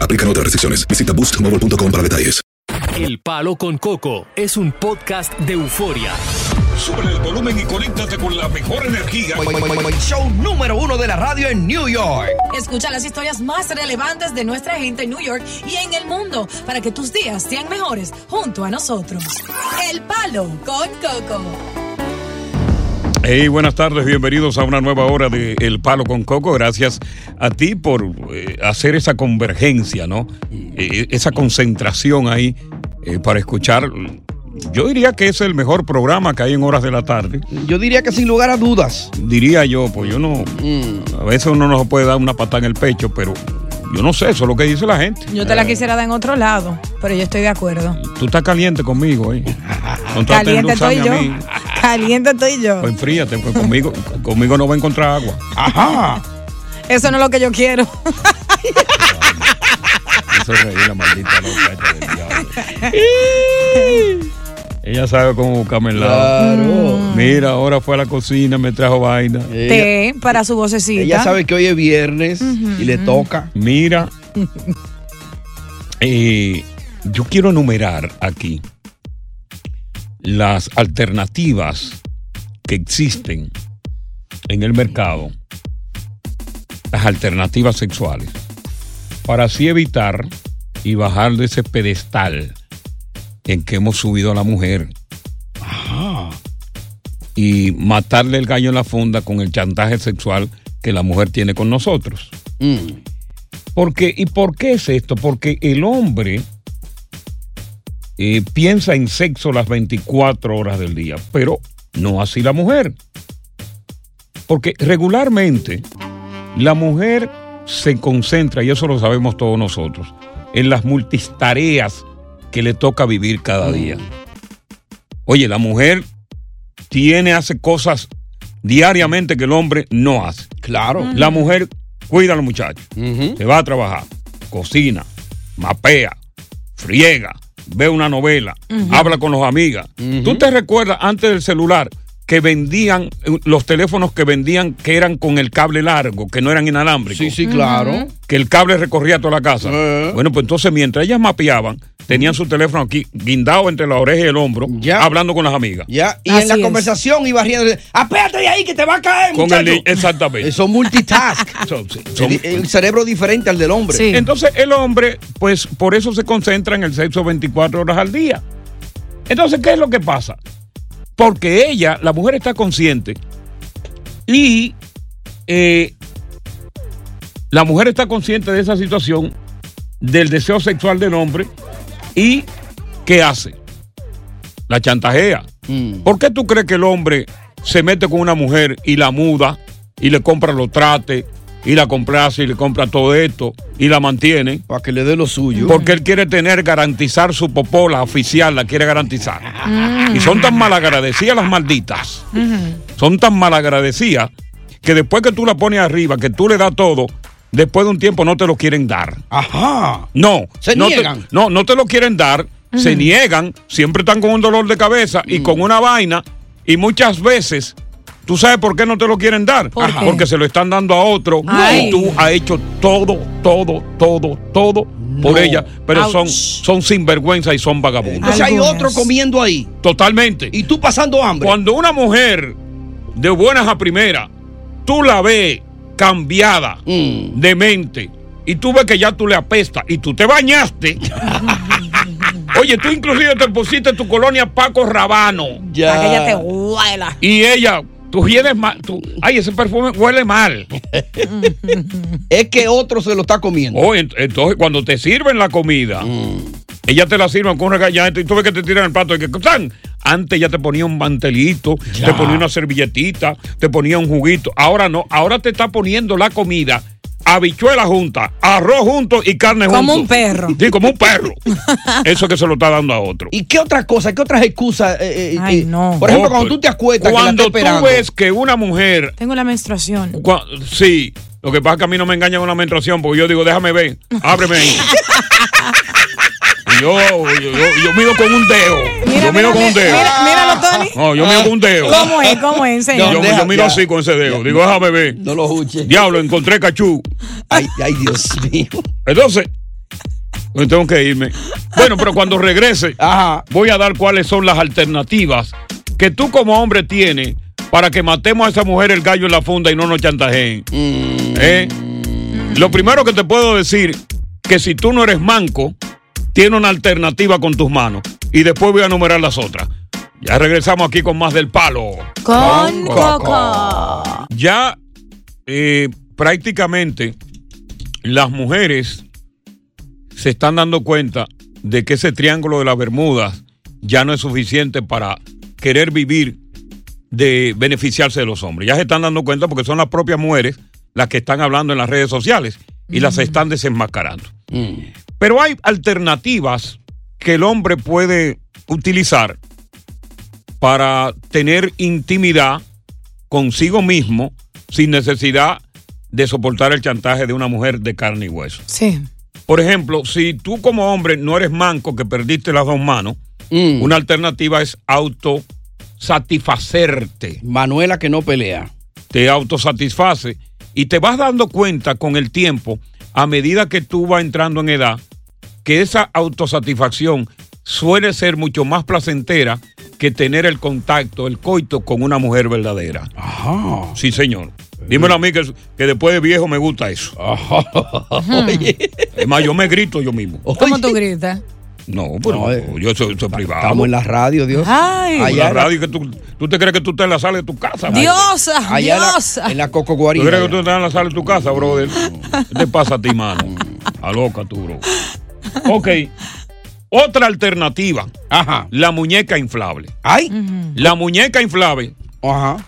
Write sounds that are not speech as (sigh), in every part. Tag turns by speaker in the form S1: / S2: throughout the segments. S1: Aplican otras restricciones. Visita boostmobile.com para detalles.
S2: El Palo con Coco es un podcast de euforia.
S3: Sube el volumen y conéctate con la mejor energía.
S4: Show número uno de la radio en New York.
S5: Escucha las historias más relevantes de nuestra gente en New York y en el mundo para que tus días sean mejores junto a nosotros. El Palo con Coco.
S3: Hey, buenas tardes, bienvenidos a una nueva hora de El Palo con Coco. Gracias a ti por eh, hacer esa convergencia, ¿no? Eh, esa concentración ahí eh, para escuchar. Yo diría que es el mejor programa que hay en horas de la tarde.
S6: Yo diría que sin lugar a dudas. Mm.
S3: Diría yo, pues yo no. A veces uno no se puede dar una patada en el pecho, pero yo no sé, eso es lo que dice la gente.
S7: Yo
S6: Eh.
S7: te la quisiera dar en otro lado, pero yo estoy de acuerdo.
S3: Tú estás caliente conmigo,
S6: (laughs)
S3: ¿eh? No trates de
S7: Caliente estoy yo.
S3: endulzarme a mí.
S7: (laughs) Caliente estoy yo.
S3: Pues enfríate, pues conmigo, conmigo no va a encontrar agua. Ajá.
S7: Eso no es lo que yo
S6: (laughs)
S7: quiero.
S3: Eso es reír, la maldita loca esta del diablo. Ella sabe cómo buscarme el lado.
S6: Claro.
S3: Mira, ahora fue a la cocina, me trajo vaina.
S7: Té para su vocecita.
S6: Ella sabe que hoy es viernes y le toca.
S3: Mira, eh, yo quiero enumerar aquí las alternativas que existen en el mercado, las alternativas sexuales, para así evitar y bajar de ese pedestal en que hemos subido a la mujer y matarle el gallo en la funda con el chantaje sexual que la mujer tiene con nosotros. Porque, ¿Y por qué es esto? Porque el hombre eh, piensa en sexo las 24 horas del día, pero no así la mujer. Porque regularmente la mujer se concentra, y eso lo sabemos todos nosotros, en las multitareas que le toca vivir cada día. Oye, la mujer tiene, hace cosas diariamente que el hombre no hace.
S6: Claro.
S3: La mujer cuida a los muchachos.
S6: Ujú.
S3: Se va a trabajar, cocina, mapea, friega, ve una novela, habla con los amigas. ¿Tú te recuerdas antes del celular que vendían eh, los teléfonos que vendían que eran con el cable largo, que no eran inalámbricos?
S6: Sí, sí, claro.
S3: Que el cable recorría toda la casa.
S6: Eh.
S3: Bueno, pues entonces mientras ellas mapeaban, tenían su teléfono aquí guindado entre la oreja y el hombro,
S6: Ya.
S3: hablando con las amigas.
S6: Ya, y
S7: Así
S6: en la
S7: es.
S6: conversación iba riendo. Apéate Ah, de ahí que te va a caer,
S3: Con
S6: Eh, muchacho.
S3: el, exactamente.
S6: Son multitask.
S3: Son- son-
S6: (laughs) el, el cerebro diferente al del hombre.
S7: Sí.
S3: Entonces el hombre, pues por eso se concentra en el sexo 24 horas al día. Entonces, ¿qué es lo que pasa? Porque ella, la mujer está consciente y eh, la mujer está consciente de esa situación, del deseo sexual del hombre y ¿qué hace? La chantajea. ¿Por qué tú crees que el hombre se mete con una mujer y la muda y le compra los trates y la complace y le compra todo esto y la mantiene?
S6: Para que le dé lo suyo.
S3: Porque él quiere tener, garantizar su popola oficial, la quiere garantizar. Y son tan malagradecidas las malditas. Son tan malagradecidas que después que tú la pones arriba, que tú le das todo, después de un tiempo no te lo quieren dar.
S6: Ajá.
S3: No.
S6: Se
S3: no
S6: niegan.
S3: Te, no, no te lo quieren dar, se niegan, siempre están con un dolor de cabeza
S6: Mm.
S3: y con una vaina y muchas veces... ¿Tú sabes por qué no te lo quieren dar?
S8: ¿Por qué?
S3: Porque se lo están dando a otro
S8: Ay.
S3: y tú has hecho todo, todo, todo, todo por ella, pero son, son sinvergüenza y son vagabundos.
S6: Entonces hay otro comiendo ahí.
S3: Totalmente.
S6: Y tú pasando hambre.
S3: Cuando una mujer de buenas a primeras, tú la ves cambiada
S6: Mm,
S3: de mente y tú ves que ya tú le apestas y tú te bañaste. Oye, tú inclusive te pusiste tu colonia Paco Rabano.
S7: Para que ella te huela.
S3: Y ella, tú vienes mal. Tú, ay, ese perfume huele mal.
S6: es que otro se lo está comiendo.
S3: Oh. entonces, cuando te sirven la comida,
S6: Mm.
S3: ella te la sirven con regallante y tú ves que te tiran el plato. Y que, ¡tan! Antes ya te ponía un mantelito, te ponía una servilletita, te ponía un juguito. Ahora no, ahora te está poniendo la comida. Habichuela junta, arroz junto y carne junto.
S6: Como un perro.
S3: Sí, como un
S6: (laughs)
S3: perro. Eso que se lo está dando a otro.
S6: ¿Y qué otra cosa? ¿Qué otras excusas? eh, eh, eh, Por ejemplo,
S3: Oh,
S6: cuando tú te acuestas, que la
S3: Cuando
S6: estás
S3: tú
S6: esperando.
S3: ves que una mujer
S7: Tengo la menstruación.
S3: Cua- sí, lo que pasa es que a mí no me engañan una menstruación porque yo digo, déjame ver, ábreme ahí. Y Yo, yo, yo, yo mido con un dedo. yo mido con un dedo.
S7: Mira, míralo, Tony.
S3: No, yo mido con un dedo.
S7: ¿Cómo es? ¿Cómo es?
S3: Yo,
S7: Enseña.
S3: yo miro así con ese dedo. Digo, déjame ver.
S6: No lo escuches.
S3: Diablo, encontré cachú.
S6: Ay, ay, Dios (laughs) mío.
S3: Entonces, pues tengo que irme. Bueno, pero cuando regrese, voy a dar cuáles son las alternativas que tú como hombre tienes para que matemos a esa mujer el gallo en la funda y no nos chantajeen. ¿Eh? Lo primero que te puedo decir, que si tú no eres manco, tienes una alternativa con tus manos. Y después voy a enumerar las otras. Ya regresamos aquí con más del palo.
S8: Con
S3: Coco. Ya eh, prácticamente las mujeres se están dando cuenta de que ese triángulo de las Bermudas ya no es suficiente para querer vivir de beneficiarse de los hombres. Ya se están dando cuenta porque son las propias mujeres las que están hablando en las redes sociales y las están desenmascarando. Pero hay alternativas que el hombre puede utilizar para tener intimidad consigo mismo sin necesidad de soportar el chantaje de una mujer de carne y hueso.
S7: Sí.
S3: Por ejemplo, si tú como hombre no eres manco que perdiste las dos manos,
S6: Mm.
S3: una alternativa es autosatisfacerte.
S6: Manuela que no pelea.
S3: Te autosatisface y te vas dando cuenta con el tiempo, a medida que tú vas entrando en edad, que esa autosatisfacción suele ser mucho más placentera que tener el contacto, el coito con una mujer verdadera.
S6: Ajá.
S3: Sí, señor. Dímelo a mí que, que después de viejo me gusta eso. Es más, yo me grito yo mismo.
S7: ¿Cómo tú gritas?
S3: No, pero yo soy, soy privado.
S6: Estamos en la radio, Dios.
S7: Ay.
S3: Ay,
S6: Allá
S3: la
S6: en la-
S3: radio que tú, tú te crees que tú estás en la sala de tu casa.
S7: Diosa,
S3: Allá en la-
S7: diosa.
S6: En la Coco
S3: ¿Tú
S6: Guarina.
S3: crees que tú estás en la sala de tu casa, brother? ¿Qué te pasa a ti, mano? A loca tú, bro. Ok. Otra alternativa.
S6: Ajá.
S3: La muñeca inflable.
S6: Ay.
S7: Mm.
S3: La muñeca inflable.
S6: Ajá.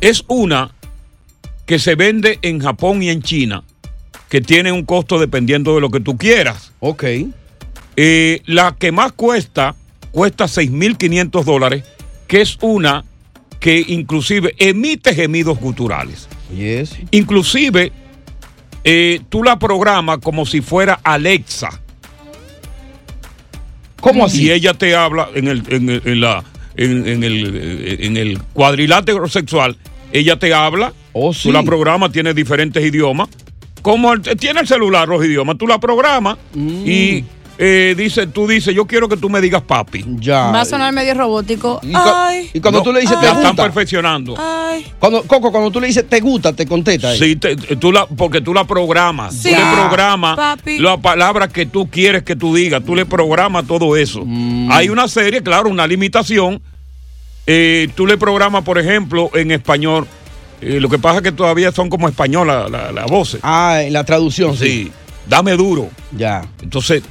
S3: Es una que se vende en Japón y en China, que tiene un costo dependiendo de lo que tú quieras.
S6: Ok.
S3: Eh, la que más cuesta, cuesta 6.500 dólares, que es una que inclusive emite gemidos guturales.
S6: Yes.
S3: Inclusive, eh, tú la programas como si fuera Alexa.
S6: ¿Cómo así?
S3: Y ella te habla en el, en el- en la- en- en el, eh, en el cuadrilátero sexual. Ella te habla.
S6: Oh,
S3: Tú la programas, tiene diferentes idiomas. Como el- tiene el celular los idiomas, tú la programas
S6: Mm.
S3: y eh, dice, tú dices, yo quiero que tú me digas papi.
S6: Ya.
S7: Va a sonar medio robótico.
S6: Y, cua-
S7: Ay.
S6: y cuando tú le dices
S3: Ah. la
S6: te
S3: están
S6: gusta. Ah.
S3: perfeccionando.
S6: Cuando, Coco, cuando tú le dices te gusta, te contesta. ¿eh? ahí.
S3: Sí, te- eh, tú la, porque tú la programas. Tú
S6: Sí.
S3: le programas
S6: Papi.
S3: la palabra que tú quieres que tú digas. Tú le programas todo eso.
S6: Mm.
S3: Hay una serie, claro, una limitación. Eh, tú le programas, por ejemplo, en español. Eh, lo que pasa es que todavía son como españolas las voces.
S6: Ah, en la traducción.
S3: Sí. Dame duro.
S6: Ya.
S3: Entonces,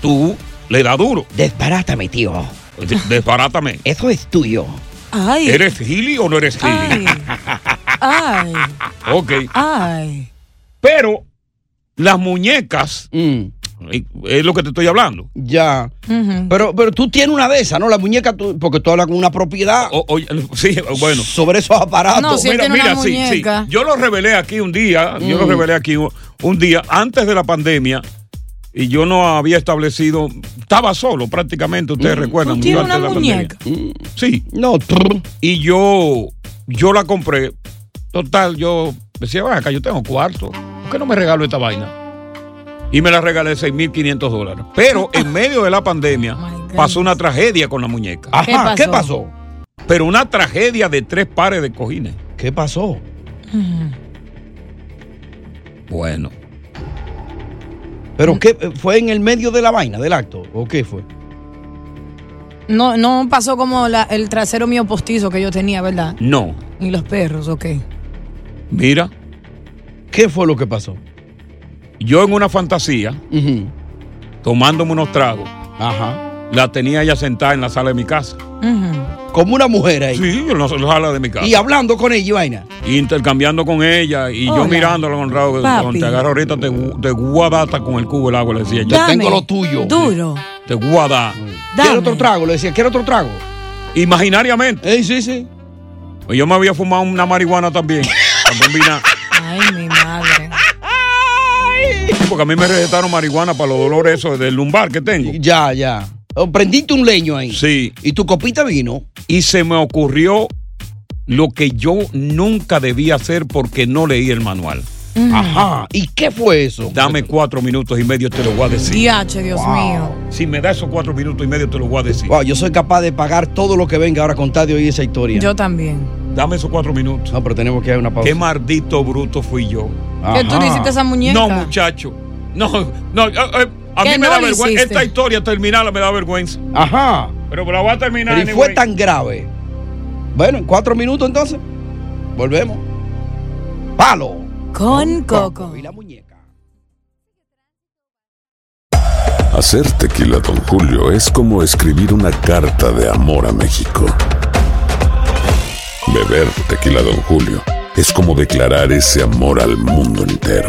S3: tú le das duro.
S6: Desbarátame, tío.
S3: De-
S6: (laughs)
S3: Desbarátame.
S6: Eso es tuyo.
S7: Ay.
S3: ¿Eres gili o no eres gili?
S7: Ay.
S3: Ok.
S7: Ay.
S3: Pero las muñecas eh, Es lo que te estoy hablando.
S6: Mm, Ya. pero, pero tú tienes una de esas, ¿no? La muñeca, tú- porque tú hablas con una propiedad.
S3: sí, Oh, bueno.
S6: Sobre esos aparatos.
S7: No, si él tiene una muñeca.
S3: Yo lo revelé aquí un día, yo lo
S7: Mm.
S3: revelé aquí un, un día antes de la pandemia y yo no había establecido, estaba solo prácticamente, ustedes recuerdan.
S7: Tú tienes
S3: mucho antes
S7: Mm.
S3: de
S7: una
S3: la pandemia.
S7: muñeca. Mm.
S3: Sí. No. Y yo, yo la compré. Total, yo decía, "Ven acá, yo tengo cuarto. ¿Por qué no me regalo esta vaina? Y me la regalé 6.500 dólares. Pero en medio de la
S7: (laughs) Oh
S3: pandemia pasó una tragedia con la muñeca.
S6: ¿Qué Ajá, ¿qué pasó?
S3: Pero una tragedia de tres pares de cojines.
S6: ¿Qué pasó?
S3: Bueno.
S6: ¿Pero qué? ¿Fue en el medio de la vaina, del acto? ¿O qué fue?
S7: No, no pasó como la- el trasero mío postizo que yo tenía, ¿verdad?
S3: No.
S7: Ni los perros, ok.
S3: Mira.
S6: ¿Qué fue lo que pasó?
S3: Yo en una fantasía, tomándome unos tragos, la tenía ella sentada en la sala de mi casa.
S6: Como una mujer ahí.
S3: Sí, yo en la sala de mi casa.
S6: Y hablando con ella, y vaina.
S3: intercambiando con ella y yo
S6: Hola.
S3: mirándola con Raúl.
S6: Papi.
S3: cuando Te agarro ahorita, te, gu- te guadata con el cubo el agua, le decía yo.
S6: Dame, Tengo lo tuyo.
S7: Duro.
S3: Te guada.
S6: Quiero otro trago, le decía, quiero otro trago.
S3: Imaginariamente.
S6: sí, sí.
S3: Yo me había fumado una marihuana también. para combinar.
S7: Ay, mi madre.
S3: Sí, Porque a mí me recetaron marihuana para los dolores esos del lumbar que tengo.
S6: Ya, ya. Oh, Prendiste un leño ahí.
S3: Sí.
S6: Y tu copita vino.
S3: Y se me ocurrió lo que yo nunca debía hacer porque no leí el manual.
S6: Ajá. ¿Y qué fue eso?
S3: Dame cuatro minutos y medio, te lo voy a decir.
S7: Diache, Dios mío.
S3: Si me da esos cuatro minutos y medio, te lo voy a decir.
S6: Wow, yo soy capaz de pagar todo lo que venga ahora con tal de oír esa historia.
S7: Yo también.
S3: Dame esos cuatro minutos.
S6: No, pero tenemos que hacer una pausa.
S3: Qué maldito bruto fui yo.
S7: Que tú no hiciste esa muñeca.
S3: No, muchacho. No, no. eh, eh, a
S7: Que
S3: mí me
S7: no
S3: da
S7: lo
S3: vergüenza.
S7: hiciste.
S3: Esta historia terminarla me da vergüenza.
S6: Ajá.
S3: Pero la voy a terminar.
S6: Pero y fue
S3: anyway.
S6: tan grave. Bueno, en cuatro minutos entonces. Volvemos. Palo.
S7: Con Coco.
S8: Hacer tequila, Don Julio, es como escribir una carta de amor a México. Beber tequila, Don Julio, es como declarar ese amor al mundo entero.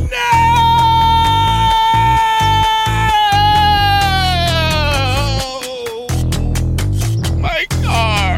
S9: My car.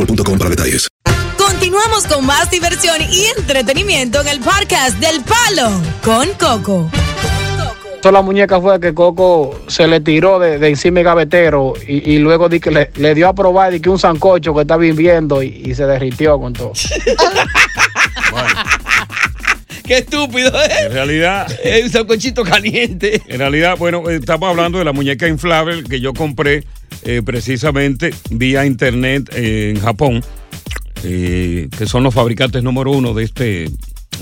S1: para detalles.
S5: Continuamos con más diversión y entretenimiento en el podcast del Palo con Coco.
S10: Toda la muñeca fue que Coco se le tiró de, de encima del gavetero y, y luego di que le, le dio a probar di que un sancocho que estaba hirviendo y, y se derritió con todo.
S6: Qué estúpido, ¿eh?
S3: En realidad.
S6: Es un sacochito caliente.
S3: En realidad, bueno, eh, estamos hablando de la muñeca inflable que yo compré eh, precisamente vía internet eh, en Japón, eh, que son los fabricantes número uno de, este,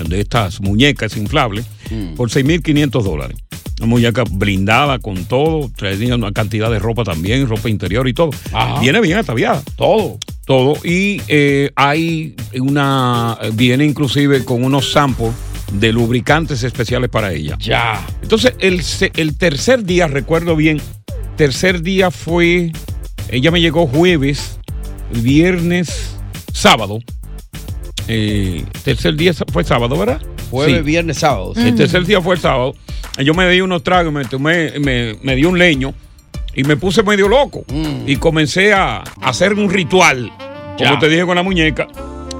S3: de estas muñecas inflables,
S6: Mm.
S3: por 6.500 dólares. Una muñeca blindada con todo, traía una cantidad de ropa también, ropa interior y todo.
S6: Ajá.
S3: Viene bien ataviada.
S6: Todo.
S3: Todo. Y eh, hay una. Viene inclusive con unos samples de lubricantes especiales para ella.
S6: Ya.
S3: Entonces, el, se- el tercer día, recuerdo bien, tercer día fue, ella me llegó jueves, viernes, sábado. Eh, tercer día sa- fue sábado, ¿verdad?
S6: Jueves,
S3: Sí. Mm.
S6: viernes, Mm. sábado. sí.
S3: El tercer día fue el sábado. Eh, Yo me di unos tragos, me, tomé- me, me
S6: Mm.
S3: di un leño y me puse medio loco. Y comencé a, a hacer un ritual Como te dije con la muñeca,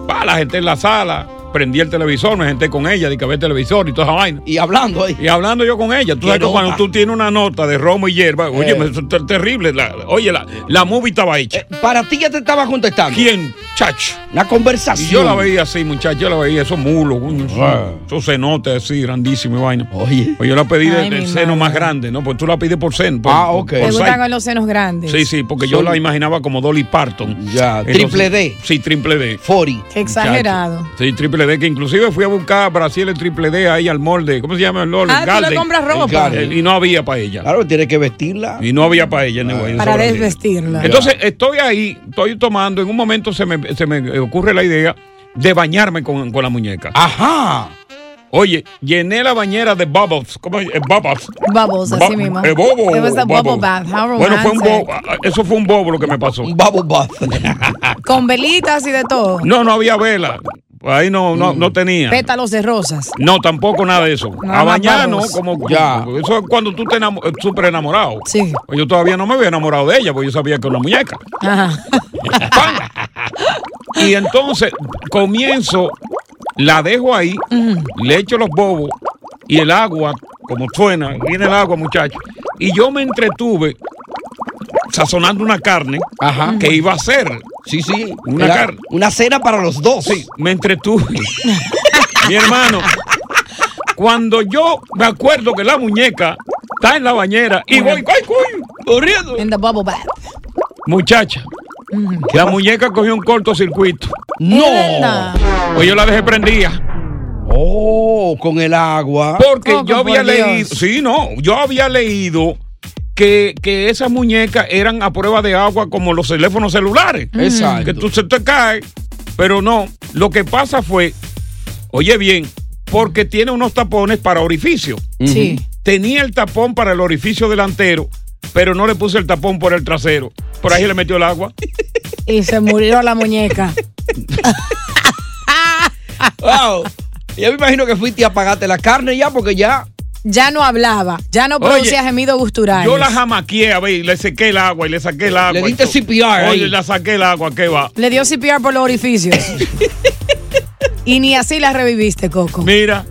S3: pa, la gente en la sala, prendí el televisor, me senté con ella, di que ve el televisor y toda esa vaina.
S6: Y hablando ahí.
S3: Y hablando yo con ella. Tú sabes que
S6: nota?
S3: cuando tú tienes una nota de romo y hierba, oye,
S6: Eh.
S3: me- eso es terrible. la- oye, la, la movie estaba hecha.
S6: Para ti ya te estaba contestando.
S3: ¿Quién? Chacho.
S6: Una
S3: Y
S6: conversación.
S3: yo la veía así, muchacho, yo la veía, esos mulos, coño, esos- esos cenotes así, grandísimo y vaina. Oye. Yo la pedí
S7: Ay,
S3: del, del
S7: mi
S3: seno
S7: madre.
S3: más grande, ¿no? Pues tú la pides por seno. Por, ah, ok.
S7: Te gustan con los senos grandes.
S3: Sí, sí, porque yo
S7: Son-
S3: la imaginaba como Dolly Parton.
S6: Ya, triple D.
S3: Sí, triple D.
S6: 40.
S7: Qué exagerado.
S3: Sí, triple D, que inclusive fui a buscar a Brasil el triple D ahí al molde. ¿Cómo se llama el molde? Eh,
S7: Ah, tú le compras ropa. El Garden.
S3: Y no había para ella.
S6: Claro, tiene que vestirla.
S3: Y no había para ella, anyway, en
S7: Ah. Para
S3: esa Brasil.
S7: desvestirla.
S3: Entonces, estoy ahí, estoy tomando. En un momento se me, se me ocurre la idea de bañarme con, con la muñeca.
S6: Ah. ¡Ajá!
S3: Oye, llené la bañera de bubbles. ¿Cómo es? Eh, bubbles.
S7: Bubbles, así
S3: Bu-
S7: mismo.
S3: eh, bobo,
S7: It was a bubble
S3: bubble.
S7: bath. How
S3: Bueno, fue un
S7: romantic.
S3: bobo. ah, Eso fue un bobo lo que me pasó. Un
S6: bubble bath.
S7: Con velitas y de todo.
S3: No, no había vela. Ahí no, no, no tenía.
S7: Pétalos de rosas.
S3: No, tampoco nada de eso.
S7: Nada
S3: a
S7: más
S3: bañarnos
S7: babos.
S3: como
S7: Ya.
S3: Eso es cuando tú te enamoras, súper enamorado. Sí. Yo todavía no me había enamorado de ella, porque yo sabía que era una muñeca. (laughs)
S7: Ajá.
S3: Y entonces comienzo, la dejo ahí, le echo los bobos y el agua, como suena, viene el agua, muchacho. Y yo me entretuve sazonando una carne que iba a ser.
S6: Sí, sí.
S3: Una
S6: Era
S3: carne.
S6: Una cena para los dos.
S3: Sí, me
S6: (laughs)
S3: entretuve. Mi hermano, cuando yo me acuerdo que la muñeca está en la bañera y voy, ¡ay, coño! Corriendo.
S7: En the bubble bath.
S3: Muchacha, la muñeca cogió un cortocircuito.
S7: ¡No!
S3: Pues yo la dejé prendida.
S6: Oh, con el agua.
S3: Porque yo había leído, sí, no, yo había leído que, que esas muñecas eran a prueba de agua como los teléfonos celulares.
S6: Exacto.
S3: Que tú se te cae, pero no. Lo que pasa fue, oye bien, porque tiene unos tapones para orificio.
S7: Sí.
S3: Tenía el tapón para el orificio delantero, pero no le puse el tapón por el trasero. Por ahí le metió el agua.
S7: Y se murió la muñeca.
S6: Wow. Yo me imagino que fuiste a pagarte la carne ya, porque ya.
S7: Ya no hablaba. Ya no producía
S3: Oye,
S7: gemidos gusturales.
S3: Yo la jamaqueé, a ver, y le sequé el agua y le saqué el agua.
S6: diste
S3: y todo.
S6: CPR ahí.
S3: Oye, la saqué el agua, ¿qué va?
S7: Le dio CPR por los orificios. y ni así la reviviste, Coco.
S3: Mira.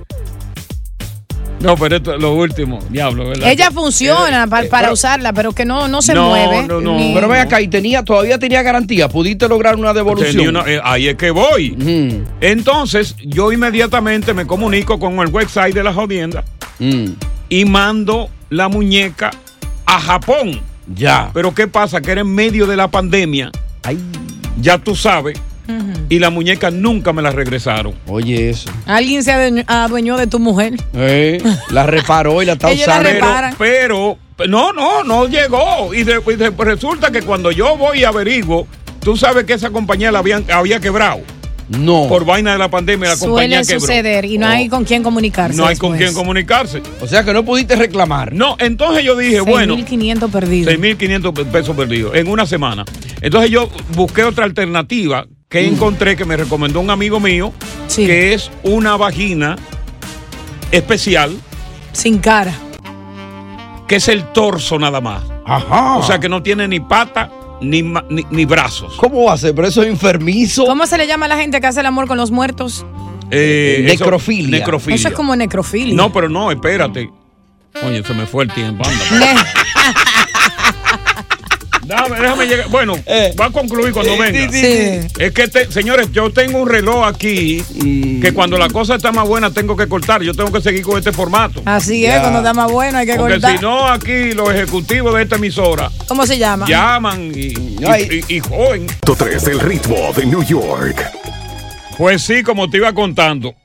S3: No, pero esto es lo último, diablo, ¿verdad?
S7: Ella funciona
S3: eh,
S7: pa- para, usarla, pero que no, no se mueve. ni-
S6: Pero ven acá, y tenía, todavía tenía garantía. Pudiste lograr una devolución. Mm,
S3: Tenía una- eh, ahí es que voy. Entonces, yo inmediatamente me comunico con el website de la jodienda
S6: mm.
S3: y mando la muñeca a Japón.
S6: Ya.
S3: Pero ¿qué pasa? Que era en medio de la pandemia. Ya tú sabes. Y la muñeca nunca me la regresaron.
S6: Oye, eso.
S7: Alguien se adue- adueñó de tu mujer.
S3: Eh.
S6: la reparó y la está
S7: Ellos la
S6: usando.
S7: reparan.
S3: Pero, no, no, no llegó. Y, de- y de- resulta que cuando yo voy y averiguo, tú sabes que esa compañía la habían, había quebrado.
S6: No.
S3: Por vaina de la pandemia, la compañía
S7: Suele
S3: quebró. Oh.
S7: suceder y no hay con quién comunicarse.
S3: No hay con
S7: después.
S3: quién comunicarse.
S6: O sea que no pudiste reclamar.
S3: No, entonces yo dije, bueno,
S7: 6.500 perdidos.
S3: 6.500 pe- pesos perdidos en una semana. Entonces yo busqué otra alternativa que encontré que me recomendó un amigo mío, que es una vagina especial
S7: Sin cara.
S3: que es el torso nada más.
S6: Ajá.
S3: O sea que no tiene ni pata ni, ma- ni, ni brazos.
S6: ¿Cómo va a ser? Pero eso es
S3: Oh.
S6: enfermizo.
S7: ¿Cómo se le llama a la gente que hace el amor con los muertos?
S3: Eh, eso-
S6: Necrofilia.
S3: necrofilia.
S7: Eso es como necrofilia.
S3: No, pero no, espérate. Oye, se me fue el tiempo. anda.
S6: (laughs)
S3: (laughs) Déjame, déjame llegar. Bueno, va a concluir cuando
S6: Eh. sí,
S3: venga.
S6: sí, sí.
S3: Es que, te- señores, yo tengo un reloj aquí que cuando la cosa está más buena tengo que cortar. Yo tengo que seguir con este formato.
S7: Así es, cuando está más bueno Ah, hay que
S3: Porque
S7: cortar.
S3: si no, aquí los ejecutivos de esta emisora
S7: ¿Cómo se llama?
S3: llaman y, y,
S7: Ay.
S3: y- y joden.
S11: 3 del ritmo de New York.
S3: Pues sí, como te iba contando.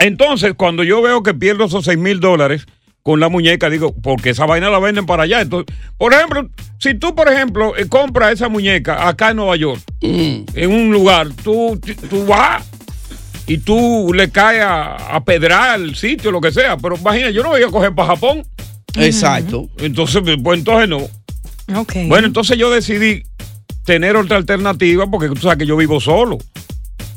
S3: Entonces, cuando yo veo que pierdo esos 6 mil dólares con la muñeca, digo, porque esa vaina la venden para allá. Entonces, por ejemplo, si tú, por ejemplo, eh, compras esa muñeca acá en Nueva York, en un lugar, tú, tú vas y tú le caes a, a pedral, sitio, lo que sea. Pero imagina, yo no voy a coger para Japón.
S6: Exacto.
S3: Entonces, pues entonces no.
S7: Ok.
S3: Bueno, entonces yo decidí tener otra alternativa porque tú sabes que yo vivo solo.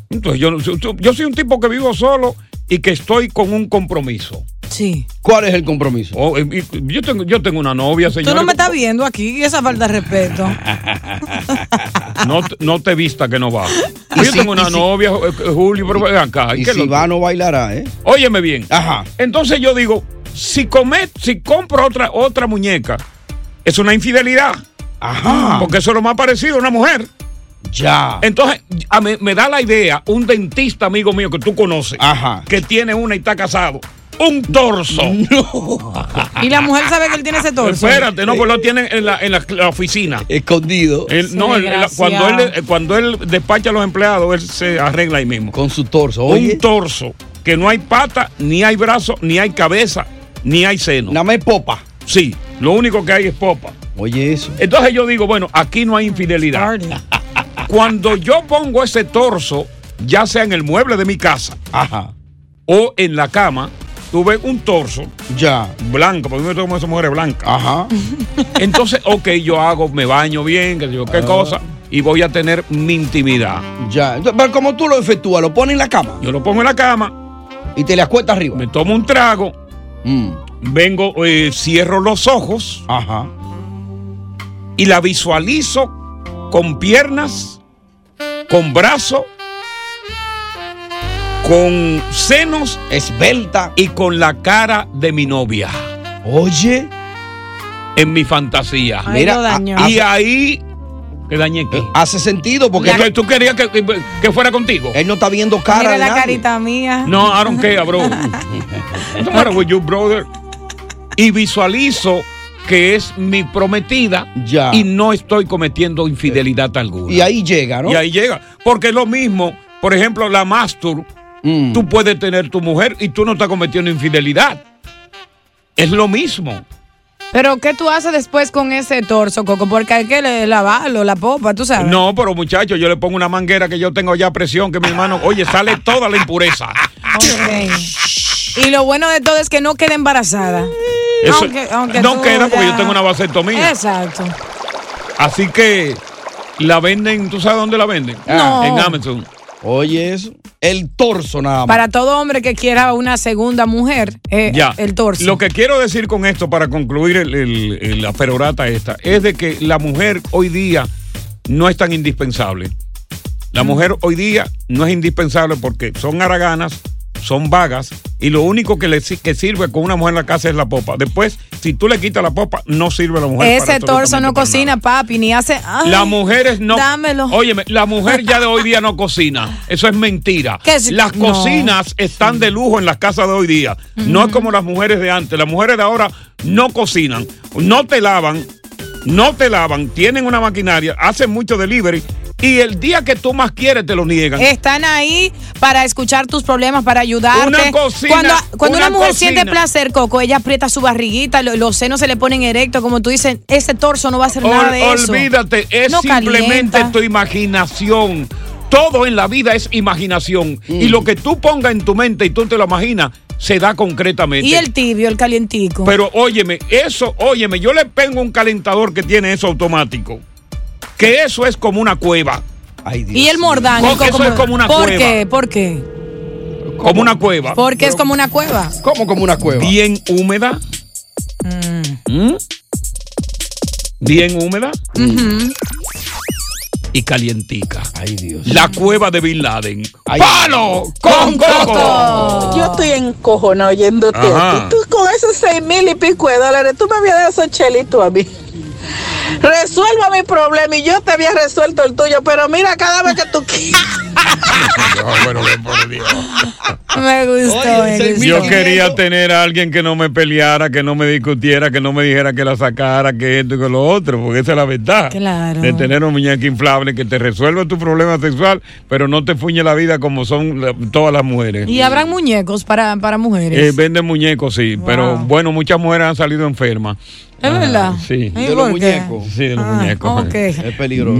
S3: Entonces yo, yo- yo soy un tipo que vivo solo y que estoy con un compromiso.
S7: Sí.
S6: ¿Cuál es el compromiso?
S3: Oh, eh, y- yo, tengo, yo tengo una novia, señor.
S7: Tú no me estás viendo aquí, esa falta de respeto.
S3: no, te- no te vista que no va. Yo tengo una novia, eh, eh, Julio, pero ven acá.
S6: Y
S3: ¿qué es
S6: si
S3: lo-
S6: va, no bailará, ¿eh?
S3: Óyeme bien. Ajá. Entonces yo digo, si come, si compro otra, otra muñeca, es una infidelidad.
S6: Ah.
S3: Ajá. Porque eso es lo más parecido a una mujer.
S6: Ya.
S3: Entonces, a mí- me da la idea un dentista amigo mío que tú conoces,
S6: Ajá.
S3: que tiene una y está casado. Un torso.
S7: Y la mujer sabe que él tiene ese torso.
S3: Espérate, no, pues lo tienen en la, en la- la oficina.
S6: Escondido.
S3: Él- no, él- la-
S7: Desgraciado.
S3: cuando, él, eh, cuando él despacha a los empleados, él se arregla ahí mismo.
S6: Con su torso.
S3: Un torso que no hay pata, ni hay brazo, ni hay cabeza, ni hay seno. Nada
S6: más es popa.
S3: Sí, lo único que hay es popa.
S6: Oye, eso.
S3: Entonces yo digo, bueno, aquí no hay infidelidad. Cuando yo pongo ese torso, ya sea en el mueble de mi casa
S6: Ajá.
S3: o en la cama, tú ves un torso
S6: ya
S3: blanco, porque yo tengo como esas mujeres blancas. Ajá.
S6: Ah.
S3: Entonces, ok, yo hago, me baño bien, qué, sé yo, qué cosa, y voy a tener mi intimidad.
S6: Ya. Entonces, Pero como tú lo efectúas, lo pones en la cama.
S3: Yo lo pongo en la cama.
S6: Y te le acuestas arriba. Mm,
S3: Me tomo un trago. Vengo, eh, cierro los ojos.
S6: Ajá.
S3: Y la visualizo con piernas, con brazo, con senos.
S6: Esbelta.
S3: Y con la cara de mi novia.
S6: Oye.
S3: En mi fantasía.
S6: Ay, Mira, lo dañó.
S3: y ahí. ¿Qué dañé qué?
S6: Hace sentido porque.
S3: Entonces, ¿Tú querías que, que- que fuera contigo?
S6: Él no está viendo
S7: Mira la carita mía.
S3: No, I don't care,
S6: (laughs)
S3: bro. No matter with you, brother. Y visualizo que es mi prometida
S6: Ya.
S3: y no estoy cometiendo infidelidad alguna.
S6: Y ahí llega, ¿no?
S3: Y ahí llega. Porque es lo mismo, por ejemplo, la Mastur,
S6: Mm.
S3: tú puedes tener tu mujer y tú no estás cometiendo infidelidad. Es lo mismo.
S7: Pero ¿qué tú haces después con ese torso, Coco? Porque hay que le- lavarlo, la popa, tú (laughs) sabes.
S3: No, pero muchachos, yo le pongo una manguera que yo tengo ya a presión, que mi hermano, oye, sale toda la impureza.
S7: (laughs) Ok. Y lo bueno de todo es que no queda embarazada.
S3: Eso-
S7: Aunque- aunque
S3: no
S7: tú
S3: queda porque
S7: ya-
S3: yo tengo una vasectomía.
S7: Exacto.
S3: Así que la venden, ¿tú sabes dónde la venden?
S7: No.
S3: En Amazon.
S6: Oye, eso. El torso nada
S7: Para todo hombre que quiera una segunda mujer, eh,
S3: Ya.
S7: el torso.
S3: Lo que quiero decir con esto para concluir el- el- el- la perorata esta es de que la mujer hoy día no es tan indispensable.
S7: Mm.
S3: La mujer hoy día no es indispensable porque son haraganas, son vagas y lo único que le si- que sirve con una mujer en la casa es la popa. Después, si tú le quitas la popa, no sirve la mujer. para
S7: Ese torso
S3: absolutamente
S7: no
S3: para
S7: cocina, papi, ni hace. ay,
S3: Las mujeres no.
S7: Dámelo.
S3: Óyeme, la mujer ya de hoy día
S7: (laughs)
S3: no cocina. Eso es mentira.
S7: ¿Qué es?
S3: Las
S7: No.
S3: cocinas están de lujo en las casas de hoy día. No es como las mujeres de antes. Las mujeres de ahora no cocinan, no te lavan, no te lavan, tienen una maquinaria, hacen mucho delivery y el día que tú más quieres te lo niegan.
S7: Están ahí para escuchar tus problemas, para ayudarte.
S3: Una cocina,
S7: cuando cuando una,
S3: una
S7: mujer
S3: cocina.
S7: siente placer, Coco, ella aprieta su barriguita, lo- los senos se le ponen erectos, como tú dices, ese torso no va a hacer nada
S3: Ol-
S7: de eso.
S3: Olvídate, es
S7: No
S3: simplemente
S7: calienta.
S3: tu imaginación. Todo en la vida es imaginación. Y
S7: Mm.
S3: lo que tú pongas en tu mente y tú te lo imaginas, se da concretamente.
S7: Y el tibio, el calientico.
S3: Pero óyeme, eso, óyeme, yo le pongo un calentador que tiene eso automático. Que eso es como una cueva.
S7: y el mordán.
S3: Coco,
S7: el coco
S3: eso es como una
S7: ¿Por
S3: cueva.
S7: qué? ¿Por qué?
S3: Como una cueva.
S7: Porque es como una cueva.
S6: ¿Cómo como una cueva?
S3: Bien húmeda. ¿Mm? Bien húmeda
S7: Ujú.
S3: y calientica.
S6: Ay, Dios.
S3: La cueva de Bin Laden. ¡Palo con coco!
S12: Yo estoy encojona oyéndote.
S3: Ajá.
S12: a ti. Tú con esos seis mil y pico de dólares, tú me habías dado esos chelitos a mí. Resuelva mi problema y yo te había resuelto el tuyo, pero mira cada vez que tú (laughs) quieras.
S7: Me gustó. me gustó.
S3: Yo quería tener a alguien que no me peleara, que no me discutiera, que no me dijera que la sacara, que esto y que lo otro, porque esa es la verdad.
S7: Claro.
S3: De tener un muñeco inflable que te resuelva tu problema sexual, pero no te fuñe la vida como son la- todas las mujeres.
S7: Y habrán muñecos para, para mujeres.
S3: Eh, venden muñecos, sí, pero bueno, muchas mujeres han salido enfermas.
S7: ¿Es verdad?
S3: Ah, Sí.
S7: ¿Y De los por qué? muñecos.
S3: Sí, de los muñecos.
S7: ok.
S6: Es peligroso.